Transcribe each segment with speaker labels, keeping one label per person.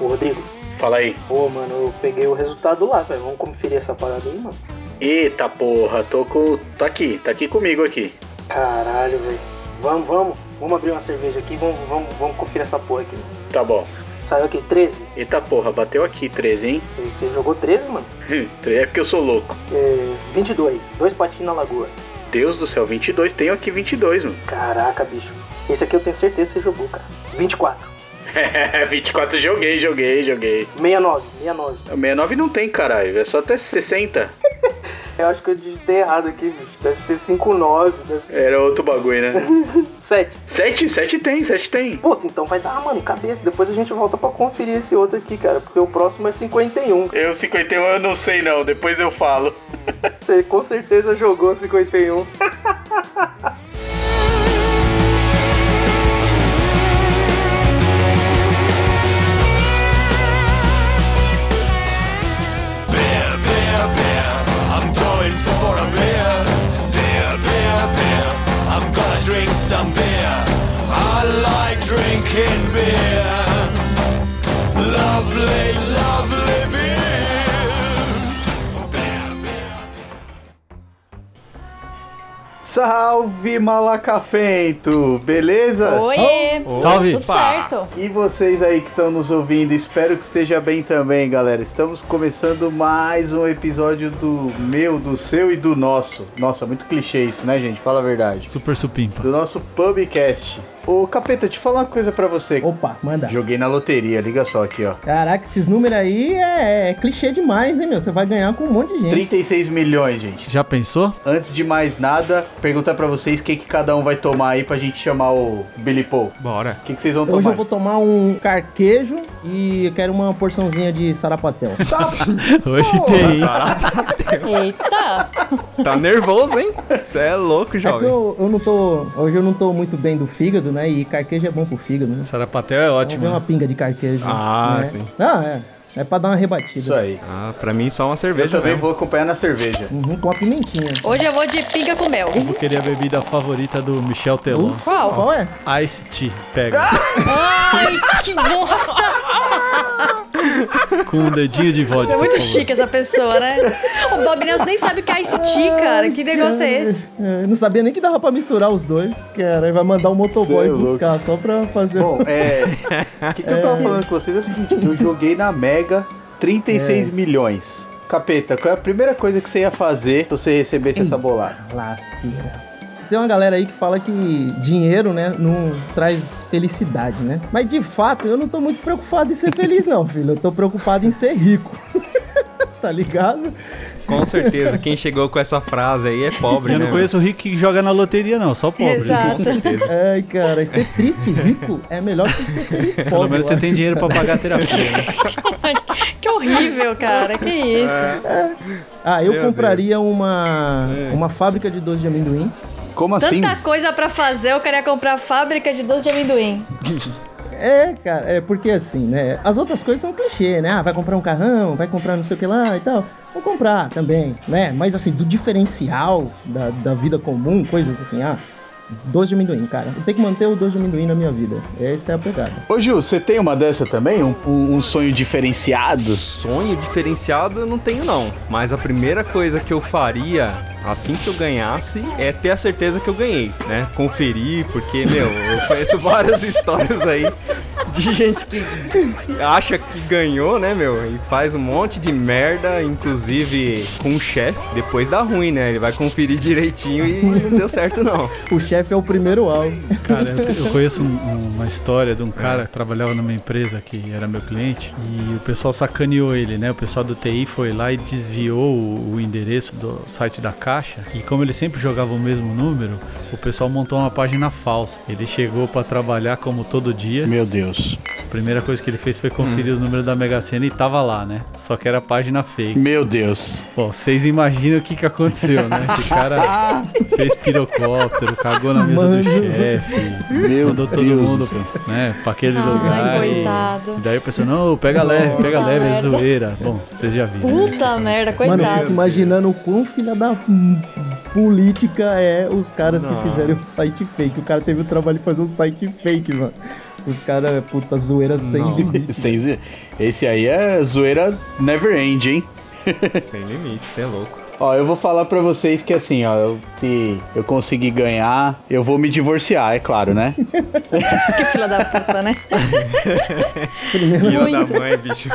Speaker 1: Rodrigo.
Speaker 2: Fala aí.
Speaker 1: Pô, mano, eu peguei o resultado lá, velho. Vamos conferir essa parada aí, mano.
Speaker 2: Eita porra, tô com. Tá aqui, tá aqui comigo aqui.
Speaker 1: Caralho, velho. Vamos, vamos. Vamos abrir uma cerveja aqui, vamos, vamos, vamos conferir essa porra aqui. mano.
Speaker 2: Tá bom.
Speaker 1: Saiu aqui 13?
Speaker 2: Eita porra, bateu aqui 13, hein?
Speaker 1: Você você jogou 13, mano?
Speaker 2: É porque eu sou louco.
Speaker 1: É, 22. Dois patins na lagoa.
Speaker 2: Deus do céu, 22, tenho aqui 22, mano.
Speaker 1: Caraca, bicho. Esse aqui eu tenho certeza que você jogou, cara. 24.
Speaker 2: 24 joguei, joguei, joguei.
Speaker 1: 69, 69.
Speaker 2: 69 não tem, caralho. É só até 60.
Speaker 1: Eu acho que eu digitei errado aqui, bicho. Deve ter 59, deve
Speaker 2: Era outro bagulho, né?
Speaker 1: ter 7.
Speaker 2: 7, 7 tem, 7 tem.
Speaker 1: Puta, então vai dar, mano, cabeça. Depois a gente volta pra conferir esse outro aqui, cara. Porque o próximo é 51.
Speaker 2: Eu 51 eu não sei não, depois eu falo.
Speaker 1: Você com certeza jogou 51.
Speaker 3: Beer, beer, beer, I'm going for a beer. Beer, beer, beer, I'm gonna drink some beer. I like drinking beer. Lovely, lovely beer. Beer, beer.
Speaker 4: Salve Malacafento, beleza?
Speaker 5: Oiê!
Speaker 6: Salve.
Speaker 5: Tudo certo.
Speaker 4: E vocês aí que estão nos ouvindo, espero que esteja bem também, galera. Estamos começando mais um episódio do meu, do seu e do nosso. Nossa, muito clichê isso, né, gente? Fala a verdade.
Speaker 6: Super supimpa.
Speaker 4: Do nosso Pubcast. Ô, Capeta, deixa eu falar uma coisa pra você.
Speaker 7: Opa, manda.
Speaker 4: Joguei na loteria, liga só aqui, ó.
Speaker 7: Caraca, esses números aí é, é clichê demais, hein, meu? Você vai ganhar com um monte de gente.
Speaker 4: 36 milhões, gente.
Speaker 6: Já pensou?
Speaker 4: Antes de mais nada, perguntar pra vocês o que, que cada um vai tomar aí pra gente chamar o Billy Paul.
Speaker 6: Bora.
Speaker 4: O que, que vocês vão
Speaker 7: Hoje
Speaker 4: tomar?
Speaker 7: eu vou tomar um carquejo e eu quero uma porçãozinha de sarapatel.
Speaker 5: Tá.
Speaker 6: Hoje tem. hein?
Speaker 5: Eita!
Speaker 6: Tá nervoso, hein?
Speaker 8: Você é louco,
Speaker 7: É que
Speaker 8: jovem.
Speaker 7: eu, eu não tô. Hoje eu não tô muito bem do fígado, né? E carquejo é bom pro fígado, né?
Speaker 6: Sarapatel é
Speaker 7: Vamos
Speaker 6: ótimo.
Speaker 7: ver uma pinga de carquejo.
Speaker 8: Ah,
Speaker 7: né?
Speaker 8: sim.
Speaker 7: Não, é. É pra dar uma rebatida.
Speaker 4: Isso aí.
Speaker 8: Ah, pra mim só uma
Speaker 4: Eu
Speaker 8: cerveja
Speaker 4: também
Speaker 8: mesmo.
Speaker 4: vou acompanhar na cerveja.
Speaker 7: Uhum, com a pimentinha.
Speaker 5: Hoje eu vou de pinga com mel.
Speaker 6: Eu queria é a bebida favorita do Michel Teló.
Speaker 5: Qual?
Speaker 7: Qual é?
Speaker 6: Ice Tea. Pega.
Speaker 5: Ai, que bosta!
Speaker 6: Com um dedinho de vodka.
Speaker 5: É muito
Speaker 6: por favor.
Speaker 5: chique essa pessoa, né? O Bob Nelson nem sabe que é esse ti, cara. Que negócio é esse?
Speaker 7: É, Eu não sabia nem que dava pra misturar os dois. Cara, aí vai mandar um
Speaker 4: Cê
Speaker 7: motoboy
Speaker 4: é louco.
Speaker 7: buscar só pra fazer.
Speaker 4: Bom, é. O que, que eu tava falando com vocês é o seguinte: eu joguei na Mega 36 milhões. Capeta, qual é a primeira coisa que você ia fazer se você recebesse essa bolada?
Speaker 7: Lasqueira. Tem uma galera aí que fala que dinheiro, né, não traz felicidade, né? Mas de fato, eu não tô muito preocupado em ser feliz, não, filho. Eu tô preocupado em ser rico. tá ligado?
Speaker 8: Com certeza, quem chegou com essa frase aí é pobre,
Speaker 6: Eu
Speaker 8: né?
Speaker 6: não conheço o Rick que joga na loteria, não. Só pobre.
Speaker 5: Exato.
Speaker 8: mano? Com certeza.
Speaker 7: Ai, cara, e ser triste e rico é melhor que ser feliz pobre.
Speaker 6: Pelo menos
Speaker 7: eu
Speaker 6: você
Speaker 7: acho,
Speaker 6: tem dinheiro pra
Speaker 7: cara.
Speaker 6: pagar a terapia. Né?
Speaker 5: Que horrível, cara. Que isso?
Speaker 7: Ah, eu
Speaker 8: Meu
Speaker 7: compraria uma,
Speaker 6: É.
Speaker 7: uma fábrica de doce de amendoim.
Speaker 4: Como assim?
Speaker 5: Tanta coisa pra fazer, eu queria comprar fábrica de doce de amendoim.
Speaker 7: É, cara, é porque assim, né? As outras coisas são clichê, né? Ah, vai comprar um carrão, vai comprar não sei o que lá e tal. Vou comprar também, né? Mas assim, do diferencial da, da vida comum, coisas assim, ah, doce de amendoim, cara. Eu tenho que manter o doce de amendoim na minha vida. Essa é a pegada.
Speaker 4: Ô Ju, você tem uma dessa também? Um, um- um sonho diferenciado?
Speaker 8: Sonho diferenciado eu não tenho, não. Mas a primeira coisa que eu faria assim que eu ganhasse é ter a certeza que eu ganhei, né? Conferir, porque, meu, eu conheço várias histórias aí de gente que acha que ganhou, né, meu? E faz um monte de merda, inclusive com o chefe. Depois dá ruim, né? Ele vai conferir direitinho e não deu certo, não.
Speaker 7: O chefe é o primeiro alvo.
Speaker 6: Cara, eu, te- eu conheço um- um- uma história de um cara que trabalhava numa empresa que era meu cliente e o pessoal sacaneou ele, né? O pessoal do TI foi lá e desviou o, o endereço do site da caixa e como ele sempre jogava o mesmo número, o pessoal montou uma página falsa. Ele chegou pra trabalhar como todo dia.
Speaker 4: Meu Deus.
Speaker 6: A primeira coisa que ele fez foi conferir o número da Mega Sena e tava lá, né? Só que era página fake.
Speaker 4: Meu Deus.
Speaker 6: Bom, vocês imaginam o que, que aconteceu, né? Esse cara fez pirocóptero, cagou na mesa do
Speaker 7: Mano.
Speaker 6: chefe,
Speaker 4: Meu
Speaker 6: mandou todo
Speaker 4: Deus do
Speaker 6: mundo
Speaker 4: céu.
Speaker 6: né, pra aquele lugar.
Speaker 5: Ai,
Speaker 6: e-
Speaker 5: Ah, coitado.
Speaker 6: E daí o pessoal, não, pega leve, pega leve, é zoeira. Bom, vocês já viram. né?
Speaker 5: Puta merda,
Speaker 7: Mano, eu
Speaker 5: coitado.
Speaker 7: fico imaginando o quão filha da hum, política é os caras
Speaker 8: Nossa.
Speaker 7: que fizeram um site fake. O cara teve o trabalho de fazer um site fake, mano. Os caras, puta, zoeira sem
Speaker 8: Não.
Speaker 7: limite.
Speaker 4: Sem zo- Esse aí é zoeira never end, hein?
Speaker 8: Sem limite, você é louco.
Speaker 4: Ó, eu vou falar pra vocês que assim, ó, eu- se eu conseguir ganhar, eu vou me divorciar, é claro, né?
Speaker 5: Que fila da puta, né?
Speaker 8: Filha da mãe, bicho.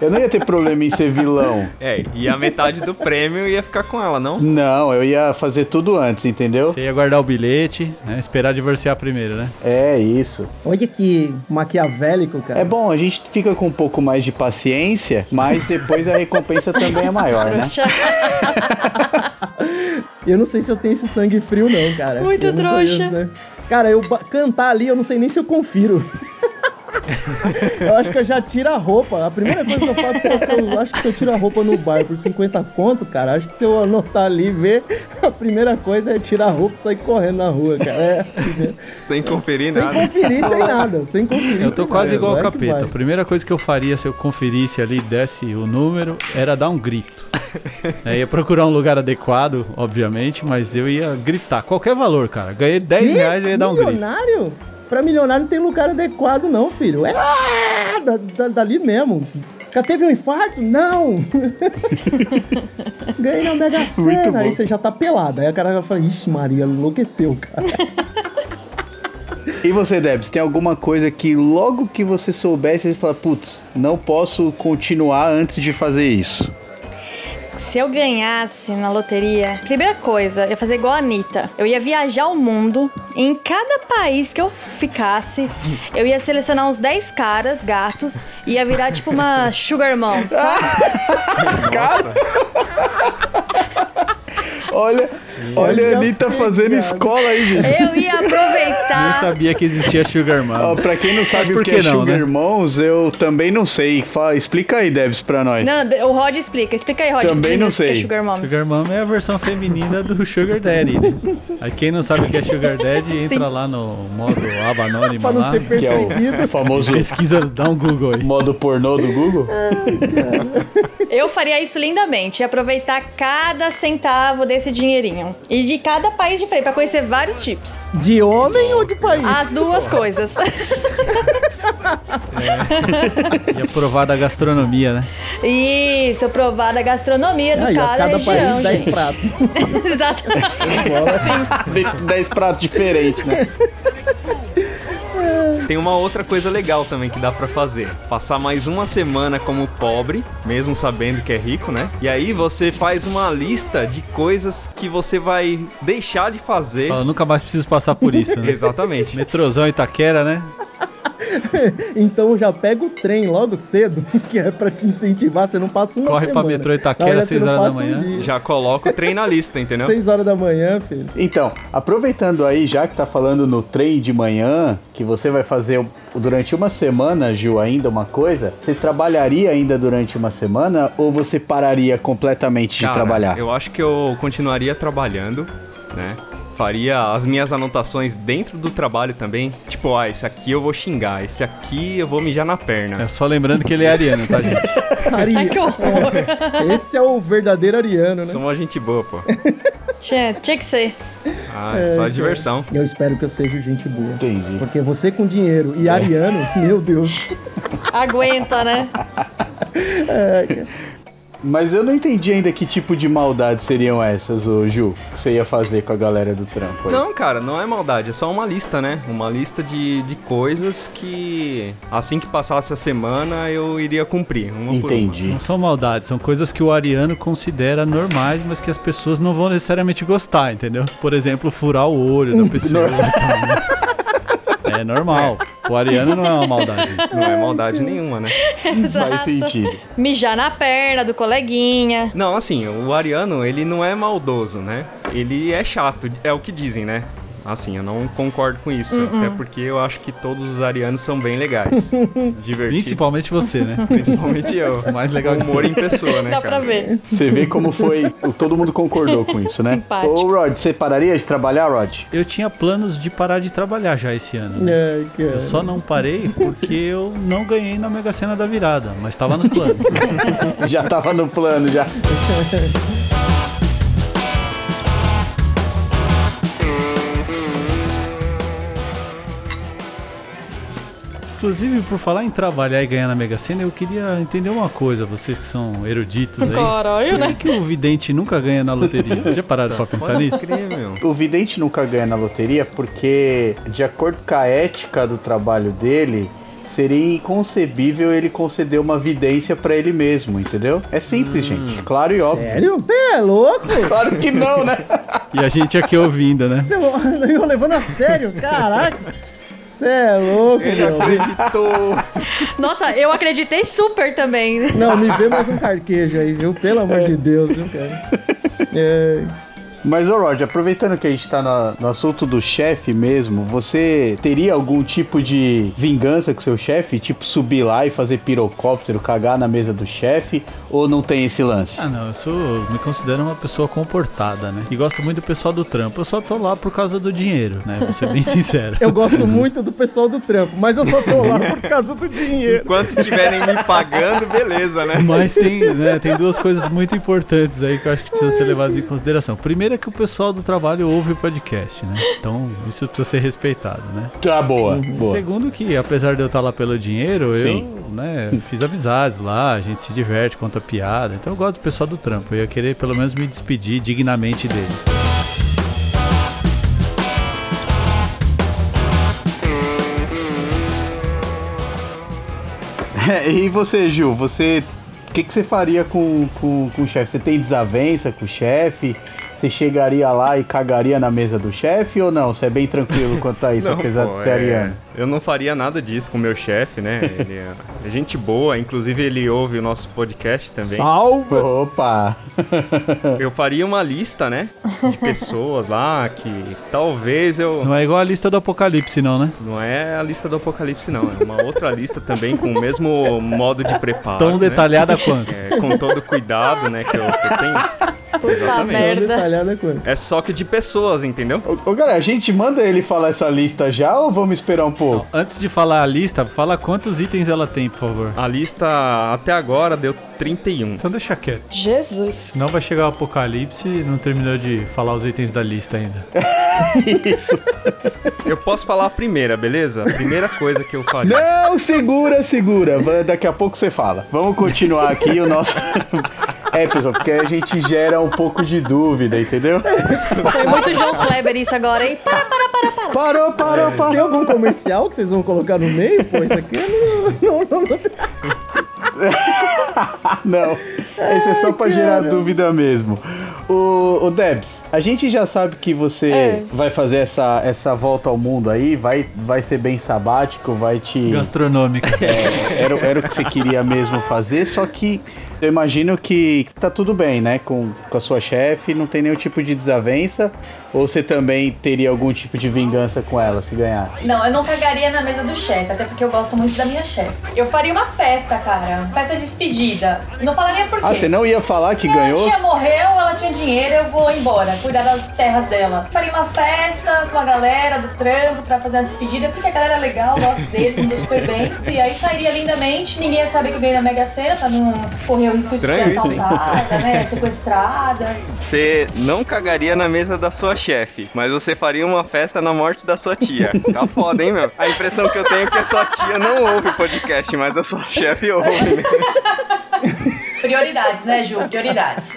Speaker 4: Eu não ia ter problema em ser vilão.
Speaker 8: É, e a metade do prêmio ia ficar com ela, não?
Speaker 4: Não, eu ia fazer tudo antes, entendeu?
Speaker 6: Você ia guardar o bilhete, né? Esperar divorciar primeiro, né?
Speaker 4: É isso.
Speaker 7: Olha que maquiavélico, cara.
Speaker 4: É bom, a gente fica com um pouco mais de paciência, mas depois a recompensa também é maior, né?
Speaker 5: Trouxa.
Speaker 7: Eu não sei se eu tenho esse sangue frio, não, cara.
Speaker 5: Muito
Speaker 7: Eu não sei,
Speaker 5: trouxa.
Speaker 7: eu não sei. Cara, eu ba- cantar ali, eu não sei nem se eu confiro. eu acho que eu já tiro a roupa. A primeira coisa que eu faço é se eu acho que se eu tiro a roupa no bar por 50 conto, cara. Acho que se eu anotar ali e ver, a primeira coisa é tirar a roupa e sair correndo na rua, cara. É,
Speaker 8: Sem conferir
Speaker 7: sem
Speaker 8: nada.
Speaker 7: conferir, sem nada. Sem conferir.
Speaker 6: Eu tô
Speaker 7: sem
Speaker 6: quase
Speaker 7: nada.
Speaker 6: igual o
Speaker 7: É, Vai que
Speaker 6: capeta. A
Speaker 7: vai.
Speaker 6: primeira coisa que eu faria se eu conferisse ali, desse o número, era dar um grito. é, ia procurar um lugar adequado, obviamente, mas eu ia gritar. Qualquer valor, cara. Ganhei 10
Speaker 7: Ih,
Speaker 6: reais, eu ia dar um grito.
Speaker 7: Milionário? Pra milionário não tem lugar adequado, não, filho. É ah, da, da- dali mesmo. Já teve um infarto? Não! Ganhei na Mega
Speaker 4: Muito bom.
Speaker 7: Sena, aí você já tá pelado. Aí a cara fala, ixi, Maria, enlouqueceu, cara.
Speaker 4: E você, Debs, tem alguma coisa que logo que você soubesse, você fala, putz, não posso continuar antes de fazer isso.
Speaker 5: Se eu ganhasse na loteria, primeira coisa, eu ia fazer igual a Anitta. Eu ia viajar o mundo. E em cada país que eu ficasse, eu ia selecionar uns 10 caras, gatos, e ia virar tipo uma Sugar Mom. Sabe?
Speaker 4: Ah!
Speaker 8: Nossa.
Speaker 4: Olha, olha a Anitta fazendo escola aí, gente.
Speaker 5: Eu ia
Speaker 6: Nem
Speaker 4: é
Speaker 5: aproveitar.
Speaker 6: sabia que existia Sugar
Speaker 4: Ó,
Speaker 6: Mom.
Speaker 4: pra quem não sabe
Speaker 6: por
Speaker 4: o que,
Speaker 6: que
Speaker 4: é
Speaker 6: não,
Speaker 4: Sugar
Speaker 6: né?
Speaker 4: Irmãos, eu também não sei. Fa- explica aí, Debs, pra nós.
Speaker 5: Não, de- o Rod explica. Explica aí, Rod.
Speaker 4: Também
Speaker 5: pra você
Speaker 4: não
Speaker 5: o que é
Speaker 4: sei.
Speaker 5: Sugar Mom.
Speaker 6: Sugar Mom é a versão feminina do Sugar Daddy, né? Aí quem não sabe o que é Sugar Daddy, entra lá no modo aba anônima
Speaker 7: Pra não
Speaker 6: lá.
Speaker 7: ser
Speaker 4: Que é
Speaker 7: perseguido.
Speaker 4: o famoso
Speaker 6: Pesquisa, dá um Google aí.
Speaker 4: modo pornô do Google.
Speaker 5: Eu faria isso lindamente, ia aproveitar cada centavo desse dinheirinho. E de cada país diferente, pra conhecer vários tipos.
Speaker 7: De homem ou de país?
Speaker 5: As duas coisas.
Speaker 6: E aprovar da gastronomia, né?
Speaker 5: Isso, eu provar da gastronomia do
Speaker 7: Aí, ó,
Speaker 5: cada, região,
Speaker 7: país, 10
Speaker 5: é gente.
Speaker 7: pratos.
Speaker 5: Exatamente.
Speaker 4: De- Dez pratos diferentes, né?
Speaker 8: Tem uma outra coisa legal também que dá pra fazer. Passar mais uma semana como pobre, mesmo sabendo que é rico, né? E aí você faz uma lista de coisas que você vai deixar de fazer.
Speaker 6: Fala, nunca mais preciso passar por isso, né?
Speaker 8: Exatamente.
Speaker 6: Metrozão Itaquera, né?
Speaker 7: Então já pega o trem logo cedo, que é pra te incentivar, você não passa uma
Speaker 6: Corre pra
Speaker 7: semana.
Speaker 6: metrô Itaquera,
Speaker 7: Na verdade,
Speaker 6: seis
Speaker 7: você não
Speaker 6: horas da
Speaker 7: passa um
Speaker 6: manhã.
Speaker 7: dia.
Speaker 8: Já coloca o trem na lista, entendeu?
Speaker 7: Seis horas da manhã, filho.
Speaker 4: Então, aproveitando aí, já que tá falando no trem de manhã, que você vai fazer o- durante uma semana, Gil, ainda uma coisa, você trabalharia ainda durante uma semana ou você pararia completamente de
Speaker 8: Cara,
Speaker 4: trabalhar?
Speaker 8: Eu acho que eu continuaria trabalhando, né? Faria as minhas anotações dentro do trabalho também. Tipo, ah, esse aqui eu vou xingar, esse aqui eu vou mijar na perna.
Speaker 6: É só lembrando que ele é ariano, tá, gente?
Speaker 7: Ari-
Speaker 5: Ai, que horror.
Speaker 7: Esse é o verdadeiro ariano, né?
Speaker 8: Sou uma gente boa, pô.
Speaker 5: Tinha, tinha que ser.
Speaker 8: Ah, é só diversão.
Speaker 7: Eu espero que eu seja gente boa.
Speaker 4: Entendi.
Speaker 7: Porque você com dinheiro e ariano, meu Deus.
Speaker 5: Aguenta, né?
Speaker 4: Mas eu não entendi ainda que tipo de maldade seriam essas, ô Ju, que você ia fazer com a galera do trampo. aí.
Speaker 8: Não, cara, não é maldade, é só uma lista, né? Uma lista de, de coisas que assim que passasse a semana eu iria cumprir. Uma Por
Speaker 4: Entendi.
Speaker 6: Não são maldades, são coisas que o ariano considera normais, mas que as pessoas não vão necessariamente gostar, entendeu? Por exemplo, furar o olho da pessoa. e tal, né? É normal. O ariano não é uma maldade. isso.
Speaker 8: uma. Não é maldade nenhuma, né?
Speaker 4: Faz
Speaker 5: Exato.
Speaker 4: sentido.
Speaker 5: Mijar na perna do coleguinha.
Speaker 8: Não, assim, o Ariano, ele não é maldoso, né? Ele é chato, é o que dizem, né? Assim, eu não concordo com isso.
Speaker 5: Hum,
Speaker 8: Até porque eu acho que todos os arianos são bem legais. Divertidos.
Speaker 6: Principalmente você, né?
Speaker 8: Principalmente eu.
Speaker 6: O mais legal de
Speaker 8: Humor em pessoa, né,
Speaker 5: Dá
Speaker 8: cara?
Speaker 5: pra ver.
Speaker 4: Você vê como foi. Todo mundo concordou com isso, né?
Speaker 5: Simpático.
Speaker 4: Ô, Rod, você pararia de trabalhar, Rod?
Speaker 6: Eu tinha planos de parar de trabalhar já esse ano. né?
Speaker 7: É,
Speaker 6: Eu
Speaker 7: cara.
Speaker 6: só não parei porque eu não ganhei na Mega Sena da virada, mas tava nos planos.
Speaker 4: Já tava no plano, já.
Speaker 6: Inclusive, por falar em trabalhar e ganhar na Mega Sena, eu queria entender uma coisa, vocês que são eruditos aí.
Speaker 5: Caralho,
Speaker 6: Por
Speaker 5: né?
Speaker 6: que, que o vidente nunca ganha na loteria? Já pararam pra pensar Tá nisso?
Speaker 8: Incrível.
Speaker 4: O vidente nunca ganha na loteria porque, de acordo com a ética do trabalho dele, seria inconcebível ele conceder uma vidência pra ele mesmo, entendeu? É simples, gente. Claro e óbvio.
Speaker 7: Sério? Você é louco?
Speaker 4: Claro que não, né?
Speaker 6: E a gente aqui ouvindo, né?
Speaker 7: Você eu levando a sério? Caraca! Você é louco,
Speaker 8: Ele
Speaker 7: meu.
Speaker 8: acreditou.
Speaker 5: Nossa, eu acreditei super também. né?
Speaker 7: Não, me vê mais um carquejo aí, viu? Pelo amor de Deus, viu, cara? É,
Speaker 4: Mas, ô Roger, aproveitando que a gente tá na- no assunto do chefe mesmo, você teria algum tipo de vingança com seu chefe? Tipo, subir lá e fazer pirocóptero, cagar na mesa do chefe? Ou não tem esse lance?
Speaker 6: Ah, não, eu sou, me considero uma pessoa comportada, né? E gosto muito do pessoal do trampo. Eu só tô lá por causa do dinheiro, né? Vou ser bem sincero.
Speaker 7: eu gosto muito do pessoal do trampo, mas eu só tô lá por causa do dinheiro.
Speaker 8: Enquanto tiverem me pagando, beleza, né?
Speaker 6: Mas tem, né, tem duas coisas muito importantes aí que eu acho que precisa ser levadas em consideração. Primeiro é que o pessoal do trabalho ouve o podcast, né? Então isso precisa ser respeitado, né?
Speaker 4: Tá boa, boa.
Speaker 6: Segundo que, apesar de eu estar lá pelo dinheiro,
Speaker 4: Sim.
Speaker 6: eu né, fiz amizades lá, a gente se diverte, conta piada. Então eu gosto do pessoal do trampo. Eu ia querer pelo menos me despedir dignamente deles.
Speaker 4: e você, Gil, você. O que, que você faria com, com, com o chefe? Você tem desavença com o chefe? Você chegaria lá e cagaria na mesa do chefe ou não? Você é bem tranquilo quanto a isso,
Speaker 8: Não,
Speaker 4: apesar
Speaker 8: pô,
Speaker 4: de ser
Speaker 8: é,
Speaker 4: ariano.
Speaker 8: Eu não faria nada disso com o meu chefe, né? Ele é- é gente boa, inclusive ele ouve o nosso podcast também.
Speaker 7: Salva!
Speaker 4: Opa!
Speaker 8: Eu faria uma lista, né? De pessoas lá que talvez eu.
Speaker 6: Não é igual a lista do apocalipse, não, né?
Speaker 8: Não é a lista do apocalipse, não. É uma outra lista também com o mesmo modo de preparo.
Speaker 4: Ah,
Speaker 6: Tão
Speaker 8: né?
Speaker 6: detalhada quanto.
Speaker 8: É, com todo o cuidado, né? Que eu, que eu tenho.
Speaker 5: Puta
Speaker 8: Exatamente.
Speaker 5: merda.
Speaker 7: Detalhada coisa.
Speaker 8: É só que de pessoas, entendeu?
Speaker 4: Ô, ô, galera, a gente manda ele falar essa lista já ou vamos esperar um pouco?
Speaker 6: Antes de falar a lista, fala quantos itens ela tem, por favor.
Speaker 8: A lista até agora deu 31.
Speaker 6: Então deixa quieto.
Speaker 5: Jesus.
Speaker 6: Senão vai chegar o apocalipse e não terminou de falar os itens da lista ainda.
Speaker 8: Eu posso falar a primeira, beleza? A primeira coisa que eu faria.
Speaker 4: Não, segura, segura. Va- Daqui a pouco você fala. Vamos continuar aqui o nosso. É, pessoal, porque a gente gera um pouco de dúvida, entendeu?
Speaker 5: Foi muito João Kleber isso agora, hein? Para, para, para, para.
Speaker 4: Parou, parou,
Speaker 7: Tem
Speaker 4: parou.
Speaker 7: algum comercial que vocês vão colocar no meio? Pô, isso aqui não, não, não, não tem.
Speaker 4: Não. Esse é só pra gerar dúvida mesmo. O, o Debs, a gente já sabe que você
Speaker 5: É.
Speaker 4: vai fazer essa, essa volta ao mundo aí, vai, vai ser bem sabático, vai te. é,
Speaker 6: Gastronômica.
Speaker 4: era, era o que você queria mesmo fazer, só que eu imagino que tá tudo bem, né? Com, com a sua chefe, não tem nenhum tipo de desavença. Ou você também teria algum tipo de vingança com ela se ganhasse?
Speaker 5: Não, eu não cagaria na mesa do chefe, até porque eu gosto muito da minha chefe. Eu faria uma festa, cara. Festa de despedida. Não falaria por quê.
Speaker 4: Ah, você não ia falar que
Speaker 5: Minha
Speaker 4: ganhou?
Speaker 5: tia morreu, ela tinha dinheiro, eu vou embora, cuidar das terras dela. Faria uma festa com a galera do trampo pra fazer a despedida, porque a galera é legal, eu gosto deles, me deu super bem. E aí sairia lindamente, ninguém ia saber que eu ganhei na Mega Sena pra não correr o risco de
Speaker 8: Estranho
Speaker 5: ser
Speaker 8: isso, hein?
Speaker 5: assaltada, né? Sequestrada.
Speaker 9: Você não cagaria na mesa da sua chefe, mas você faria uma festa na morte da sua tia. Tá foda, hein, meu? A impressão que eu tenho é que a sua tia não ouve o podcast, mas a sua chefe ouve. né?
Speaker 5: Prioridades, né, Ju? Prioridades.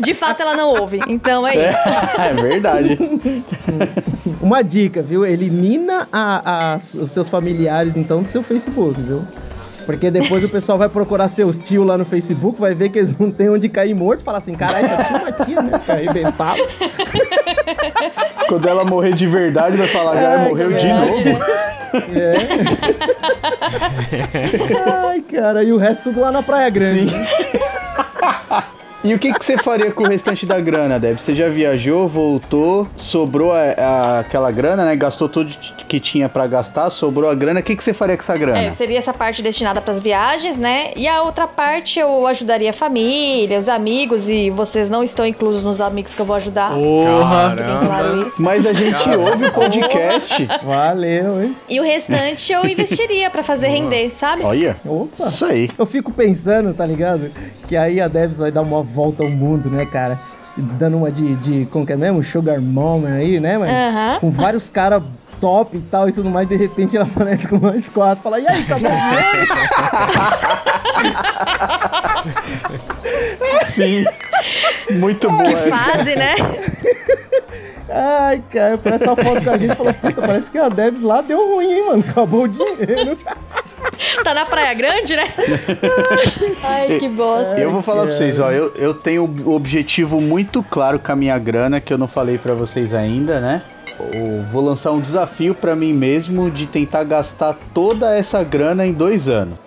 Speaker 5: De fato, ela não ouve, então é isso.
Speaker 4: é verdade.
Speaker 7: Uma dica, viu? Elimina a- a- os seus familiares, então, do seu Facebook, viu? Porque depois o pessoal vai procurar seus tios lá no Facebook, vai ver que eles não têm onde cair morto, falar assim, caralho, essa tia é uma tia, né? Tá arrebentado.
Speaker 4: Quando ela morrer de verdade, vai falar que ela
Speaker 7: Ai,
Speaker 4: morreu de
Speaker 7: verdade,
Speaker 4: novo.
Speaker 7: Ai, cara, e o resto tudo lá na Praia Grande.
Speaker 4: Sim. E o que, que você faria com o restante da grana, Deb? Você já viajou, voltou, sobrou a- a- aquela grana, né? Gastou tudo que tinha pra gastar, sobrou a grana. O que, que você faria com essa grana?
Speaker 5: É, seria essa parte destinada para as viagens, né? E a outra parte eu ajudaria a família, os amigos, e vocês não estão inclusos nos amigos que eu vou ajudar.
Speaker 6: Porra!
Speaker 5: Fica bem claro isso.
Speaker 4: Mas a gente ouve o podcast.
Speaker 7: Valeu, hein?
Speaker 5: E o restante eu investiria pra fazer render, sabe?
Speaker 4: Olha,
Speaker 7: Opa.
Speaker 4: isso aí.
Speaker 7: Eu fico pensando, tá ligado? Que aí a Debs vai dar uma volta ao mundo, né, cara? dando uma de, de como que é mesmo? Sugar Mom aí, né, mano?
Speaker 5: Aham.
Speaker 7: Com vários caras top e tal e tudo mais, de repente ela aparece com mais quatro. Fala, e aí, tá cabelo?
Speaker 4: Sim. Muito bom.
Speaker 5: Que fase, né?
Speaker 7: Ai, cara, parece uma foto com a gente e falou, puta, parece que a Debs lá deu ruim, hein, mano? Acabou o dinheiro.
Speaker 5: Tá na Praia Grande, né? Ai, que bosta.
Speaker 4: Eu vou falar pra vocês, ó, eu, eu tenho um objetivo muito claro com a minha grana, que eu não falei pra vocês ainda, né? Eu vou lançar um desafio pra mim mesmo de tentar gastar toda essa grana em dois anos.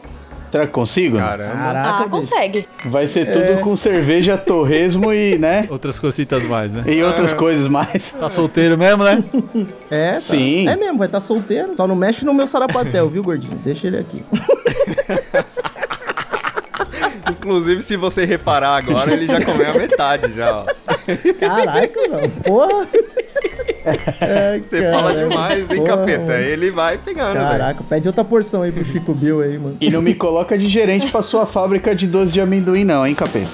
Speaker 4: Será que consigo?
Speaker 8: Caramba.
Speaker 5: Ah,
Speaker 7: bicho.
Speaker 5: consegue.
Speaker 4: Vai ser
Speaker 7: É.
Speaker 4: tudo com cerveja, torresmo e, né?
Speaker 6: Outras cositas mais, né?
Speaker 4: E outras coisas mais.
Speaker 6: Tá solteiro mesmo, né?
Speaker 7: É, tá.
Speaker 4: Sim.
Speaker 7: É mesmo, vai estar solteiro. Só não mexe no meu sarapatel, viu, gordinho? Deixa ele aqui.
Speaker 8: Inclusive, se você reparar agora, ele já comeu a metade já, ó.
Speaker 7: Caraca, mano, porra. Ai,
Speaker 8: Você
Speaker 7: cara,
Speaker 8: fala demais, hein,
Speaker 7: porra,
Speaker 8: capeta?
Speaker 7: mano.
Speaker 8: Ele vai pegando, velho.
Speaker 7: Caraca, pede outra porção aí pro Chico Bill aí, mano.
Speaker 4: E não me coloca de gerente pra sua fábrica de doce de amendoim, não, hein, capeta?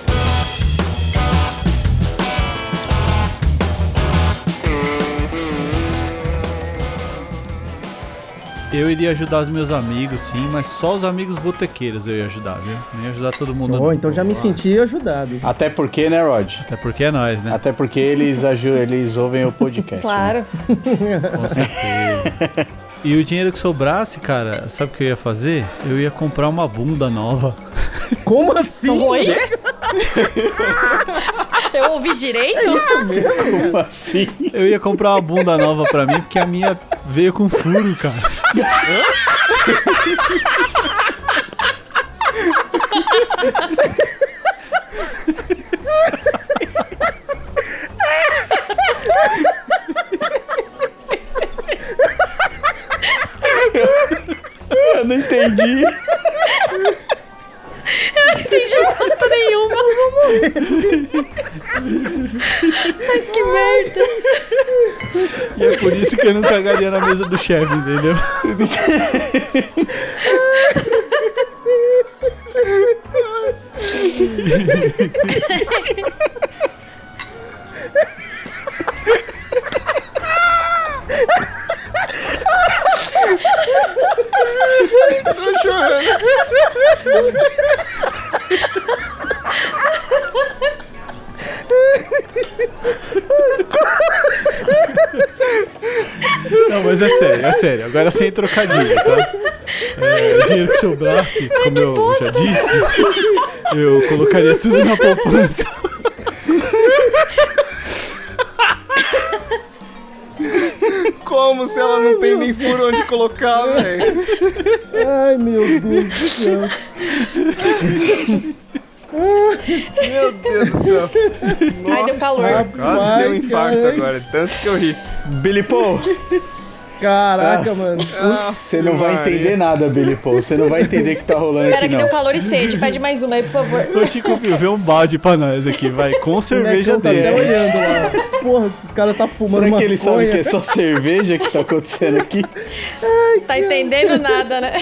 Speaker 6: Eu iria ajudar os meus amigos, sim, mas só os amigos botequeiros eu ia ajudar, viu? Não ia ajudar todo mundo.
Speaker 7: Bom,
Speaker 6: não.
Speaker 7: então já me senti ajudado.
Speaker 4: Até porque, né, Rod?
Speaker 6: Até porque é nós, né?
Speaker 4: Até porque eles, aju- eles ouvem o podcast.
Speaker 5: Claro.
Speaker 6: Com certeza. E o dinheiro que sobrasse, cara, sabe o que eu ia fazer? Eu ia comprar uma bunda nova.
Speaker 7: Como assim?
Speaker 5: Oi? Eu ouvi direito?
Speaker 4: Como assim?
Speaker 6: Eu ia comprar uma bunda nova pra mim, porque a minha veio com furo, cara.
Speaker 4: Eu não entendi.
Speaker 5: Não entendi bosta nenhuma. Eu vou morrer. Ai, que merda.
Speaker 6: E é por isso que eu não cagaria na mesa do chefe, entendeu? Não, mas é sério, é sério. Agora sem trocadilho, tá? É, o dinheiro que sobrasse, como eu já disse, eu colocaria tudo na poupança.
Speaker 8: Como se ela não tem nem furo onde colocar, velho?
Speaker 7: Ai, meu Deus do céu.
Speaker 8: Meu Deus do céu.
Speaker 5: Ai, deu calor.
Speaker 8: Quase deu um infarto
Speaker 7: Ai,
Speaker 8: agora, tanto que eu ri.
Speaker 4: Billy Paul,
Speaker 7: Caraca, mano.
Speaker 4: você não vai entender nada, Billy Paul. Você não vai entender o que tá rolando
Speaker 5: Pera
Speaker 4: aqui,
Speaker 5: que
Speaker 4: não.
Speaker 5: deu calor e sede. Pede mais uma aí, por favor.
Speaker 6: Ô, Chico, Pio, vê um balde pra nós aqui, vai. Com cerveja
Speaker 7: Bonecão tá até
Speaker 6: dele.
Speaker 7: olhando lá. Porra, esses caras tá fumando
Speaker 4: Será
Speaker 7: uma
Speaker 4: que ele sabe que é só cerveja que tá acontecendo aqui?
Speaker 5: Tá entendendo nada, né?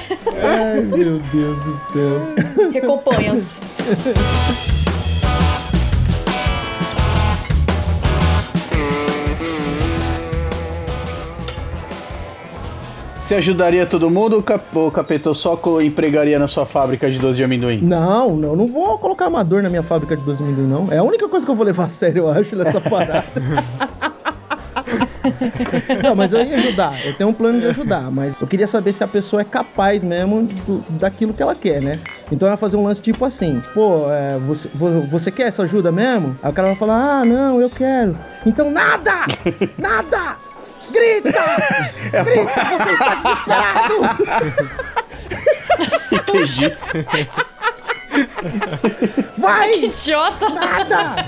Speaker 7: Ai, meu Deus do céu.
Speaker 5: Recomponham-se.
Speaker 4: Você ajudaria todo mundo ou cap ou Capeta, ou só co- empregaria na sua fábrica de doce de amendoim?
Speaker 7: Não, não, não vou colocar amador na minha fábrica de 12 milhões, não. É a única coisa que eu vou levar a sério, eu acho, nessa parada. Não, mas eu ia ajudar. Eu tenho um plano de ajudar, mas eu queria saber se a pessoa é capaz mesmo do- daquilo que ela quer, né? Então eu ia fazer um lance tipo assim: pô, é, você, vo- você quer essa ajuda mesmo? Aí o cara vai falar: ah, não, eu quero. Então nada! Nada! Grita! Grita, É você está desesperado!
Speaker 4: Entendi.
Speaker 7: Vai!
Speaker 5: Que idiota.
Speaker 7: nada!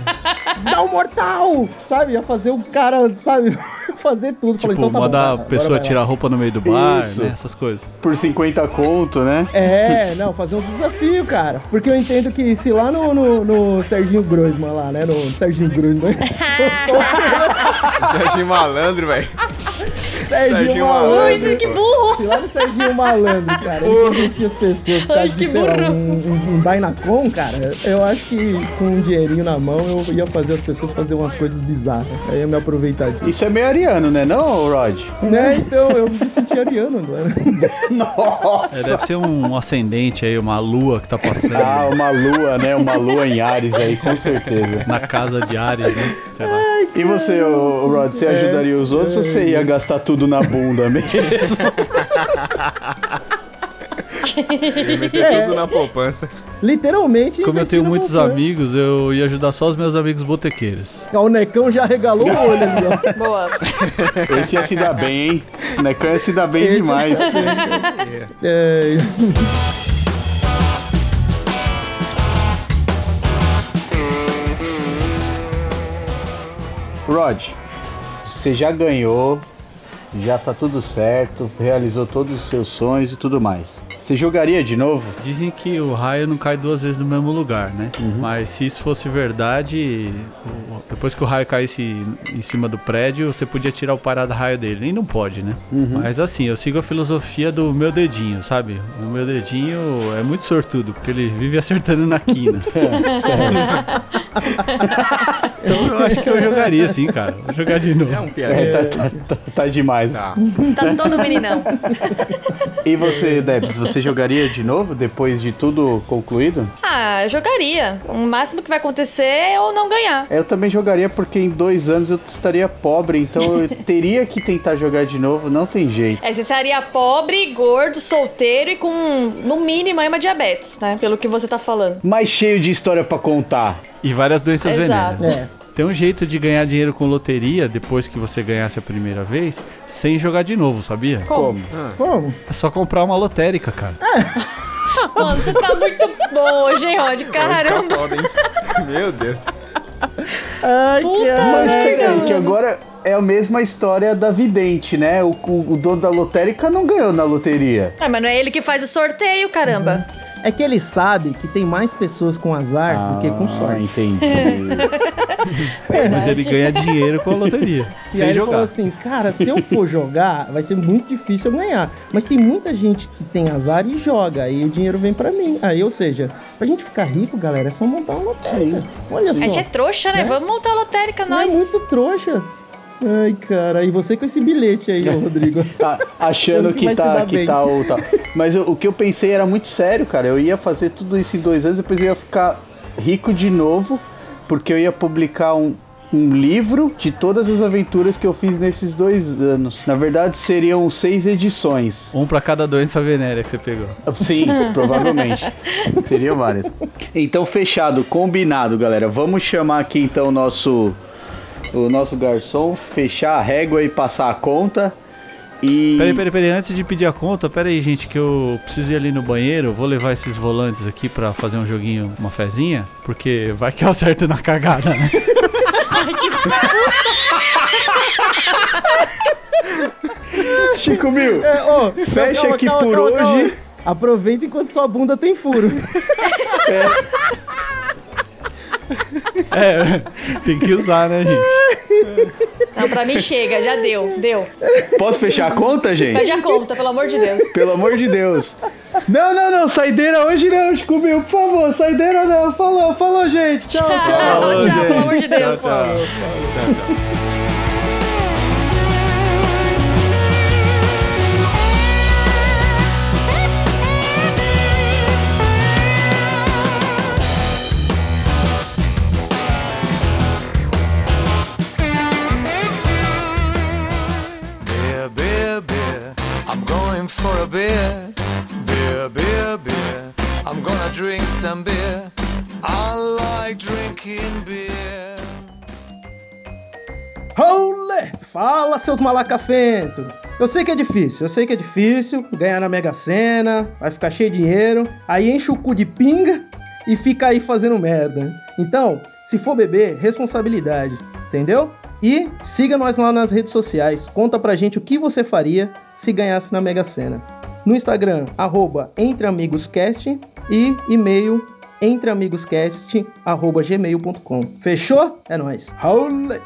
Speaker 7: Dá o mortal! Sabe? Ia fazer o cara, sabe? Fazer tudo. Falou,
Speaker 6: Tipo,
Speaker 7: tá bom,
Speaker 6: mandar a
Speaker 7: vai, agora
Speaker 6: pessoa
Speaker 7: vai lá.
Speaker 6: tirar a roupa no meio do bar,
Speaker 4: Isso.
Speaker 6: né? Essas coisas.
Speaker 4: Por 50 conto, né?
Speaker 7: É, não, fazer um desafio, cara. Porque eu entendo que se lá no, no, no Serginho Grosman lá, né? No Serginho Grosman.
Speaker 8: O Serginho Malandro, velho.
Speaker 7: Serginho,
Speaker 8: Serginho
Speaker 7: Malandro.
Speaker 8: Malandro.
Speaker 5: Ui, gente, que burro!
Speaker 7: E lá no Serginho Malandro, cara. Ele conhecia as pessoas. Por
Speaker 5: Ai,
Speaker 7: causa de,
Speaker 5: que
Speaker 7: sei lá,
Speaker 5: burro.
Speaker 7: um, um, um Dynacon, cara. Eu acho que com um dinheirinho na mão eu ia fazer as pessoas fazer umas coisas bizarras. Aí eu ia me aproveitar disso.
Speaker 4: Isso é meio ariano, né não, Rod?
Speaker 7: Né? Então, eu me senti ariano agora.
Speaker 6: É,
Speaker 4: Nossa!
Speaker 6: deve ser um ascendente aí, uma lua que tá passando
Speaker 4: Ah, uma lua, né? Uma lua em Ares aí, com certeza.
Speaker 6: na casa de Ares, né? Sei lá.
Speaker 4: E você, ô, ô, Rod, você ajudaria os outros ou você ia gastar tudo na bunda mesmo?
Speaker 8: Ele meteu tudo na poupança.
Speaker 7: Literalmente.
Speaker 6: Como eu
Speaker 7: investir
Speaker 6: tenho
Speaker 7: no
Speaker 6: muitos
Speaker 7: Bolsonaro.
Speaker 6: amigos, eu ia ajudar só os meus amigos botequeiros.
Speaker 7: Ah, O Necão já regalou o olho ali, ó.
Speaker 5: Boa.
Speaker 4: Esse ia se dar bem, hein? Necan ia se dar bem
Speaker 7: Esse-
Speaker 4: demais.
Speaker 7: É,
Speaker 4: Rod, você já ganhou, já tá tudo certo, realizou todos os seus sonhos e tudo mais. Você jogaria de novo?
Speaker 6: Dizem que o raio não cai duas vezes no mesmo lugar, né? Mas se isso fosse verdade, o- depois que o raio caísse em cima do prédio, você podia tirar o parada-raio dele. E não pode, né? Mas assim, eu sigo a filosofia do meu dedinho, sabe? O meu dedinho é muito sortudo, porque ele vive acertando na quina. então eu acho que eu jogaria sim, cara. Vou jogar de novo.
Speaker 8: É um piadinho.
Speaker 4: Tá, tá demais.
Speaker 8: Tá.
Speaker 5: Tá todo meninão.
Speaker 4: E você, Debs, você jogaria de novo depois de tudo concluído?
Speaker 5: Ah, eu jogaria. O máximo que vai acontecer é eu não ganhar.
Speaker 4: Eu também jogaria porque em dois anos eu estaria pobre, então eu teria que tentar jogar de novo, não tem jeito.
Speaker 5: É, você seria pobre, gordo, solteiro e com, no mínimo, aí uma diabetes, né? Pelo que você tá falando.
Speaker 4: Mas cheio de história pra contar.
Speaker 6: E várias doenças
Speaker 5: Exato.
Speaker 6: venenas. Tem um jeito de ganhar dinheiro com loteria depois que você ganhasse a primeira vez, sem jogar de novo, sabia?
Speaker 4: Como?
Speaker 7: como?
Speaker 6: É só comprar uma lotérica, cara.
Speaker 5: Mano, você tá muito bom hoje, hein, Rod?
Speaker 7: tá
Speaker 5: Caramba.
Speaker 8: Foda, hein? Meu Deus.
Speaker 7: Ai, que
Speaker 5: Puta
Speaker 4: Mas
Speaker 7: amor.
Speaker 4: peraí, que agora é a mesma história da vidente, né? O, o- o dono da lotérica não ganhou na loteria.
Speaker 5: É, mas não é ele que faz o sorteio, caramba.
Speaker 7: É que ele sabe que tem mais pessoas com azar do que com sorte.
Speaker 4: entendi.
Speaker 6: Ah, então, Mas ele ganha dinheiro com a loteria,
Speaker 7: É e aí
Speaker 6: sem
Speaker 7: ele falou
Speaker 6: jogar.
Speaker 7: assim, cara, se eu for jogar, vai ser muito difícil eu ganhar. Mas tem muita gente que tem azar e joga, aí o dinheiro vem pra mim. Aí, ou seja, pra gente ficar rico, galera, é só montar uma lotérica. Olha
Speaker 5: A
Speaker 7: só,
Speaker 5: gente é trouxa, né?
Speaker 7: Né?
Speaker 5: Vamos montar a lotérica,
Speaker 7: não é
Speaker 5: nós.
Speaker 7: muito trouxa. Ai, cara, e você com esse bilhete aí, ô, Rodrigo.
Speaker 4: Tá achando
Speaker 7: Ele
Speaker 4: que
Speaker 7: vai se
Speaker 4: tá,
Speaker 7: dar
Speaker 4: que
Speaker 7: bem.
Speaker 4: tá o tal. Mas eu- o que eu pensei era muito sério, cara. Eu ia fazer tudo isso em dois anos, depois eu ia ficar rico de novo, porque eu ia publicar um, um livro de todas as aventuras que eu fiz nesses dois anos. Na verdade, seriam seis edições.
Speaker 6: Um pra cada doença venérea que você pegou.
Speaker 4: Sim, provavelmente. Seriam várias. Então, fechado, combinado, galera. Vamos chamar aqui então o nosso, o nosso garçom, fechar a régua e passar a conta. E.
Speaker 6: Peraí, peraí, peraí. Antes de pedir a conta, peraí, gente, que eu preciso ir ali no banheiro. Vou levar esses volantes aqui pra fazer um joguinho, uma fezinha. Porque vai que eu acerto na cagada, né?
Speaker 4: Chico Mil!
Speaker 7: É, ô,
Speaker 4: Fecha aqui por hoje.
Speaker 7: Aproveita enquanto sua bunda tem furo.
Speaker 6: É, tem que usar, né, gente?
Speaker 5: Não, pra mim chega, já deu, deu.
Speaker 4: Posso fechar a conta, gente?
Speaker 7: É.
Speaker 5: Pede a conta, pelo amor de Deus.
Speaker 4: Pelo amor de Deus. Não, não, não, saideira hoje não, Chico Mil, por favor, saideira não. Falou, falou, gente. Tchau.
Speaker 5: Tchau, tchau, pelo amor de Deus.
Speaker 3: Beer, beer, beer, I'm going for a beer. Beer, beer, beer, I'm gonna drink some beer. I like drinking beer.
Speaker 7: Olé! é, Fala, seus malacafentos! Eu sei que é difícil, eu sei que é difícil ganhar na Mega Sena, vai ficar cheio de dinheiro, aí enche o cu de pinga e fica aí fazendo merda. Então, se for beber, responsabilidade, entendeu? E siga nós lá nas redes sociais, conta pra gente o que você faria se ganhasse na Mega Sena. No Instagram, arroba entreamigoscast e e-mail entreamigoscast@gmail.com. Fechou? É nóis! Olé!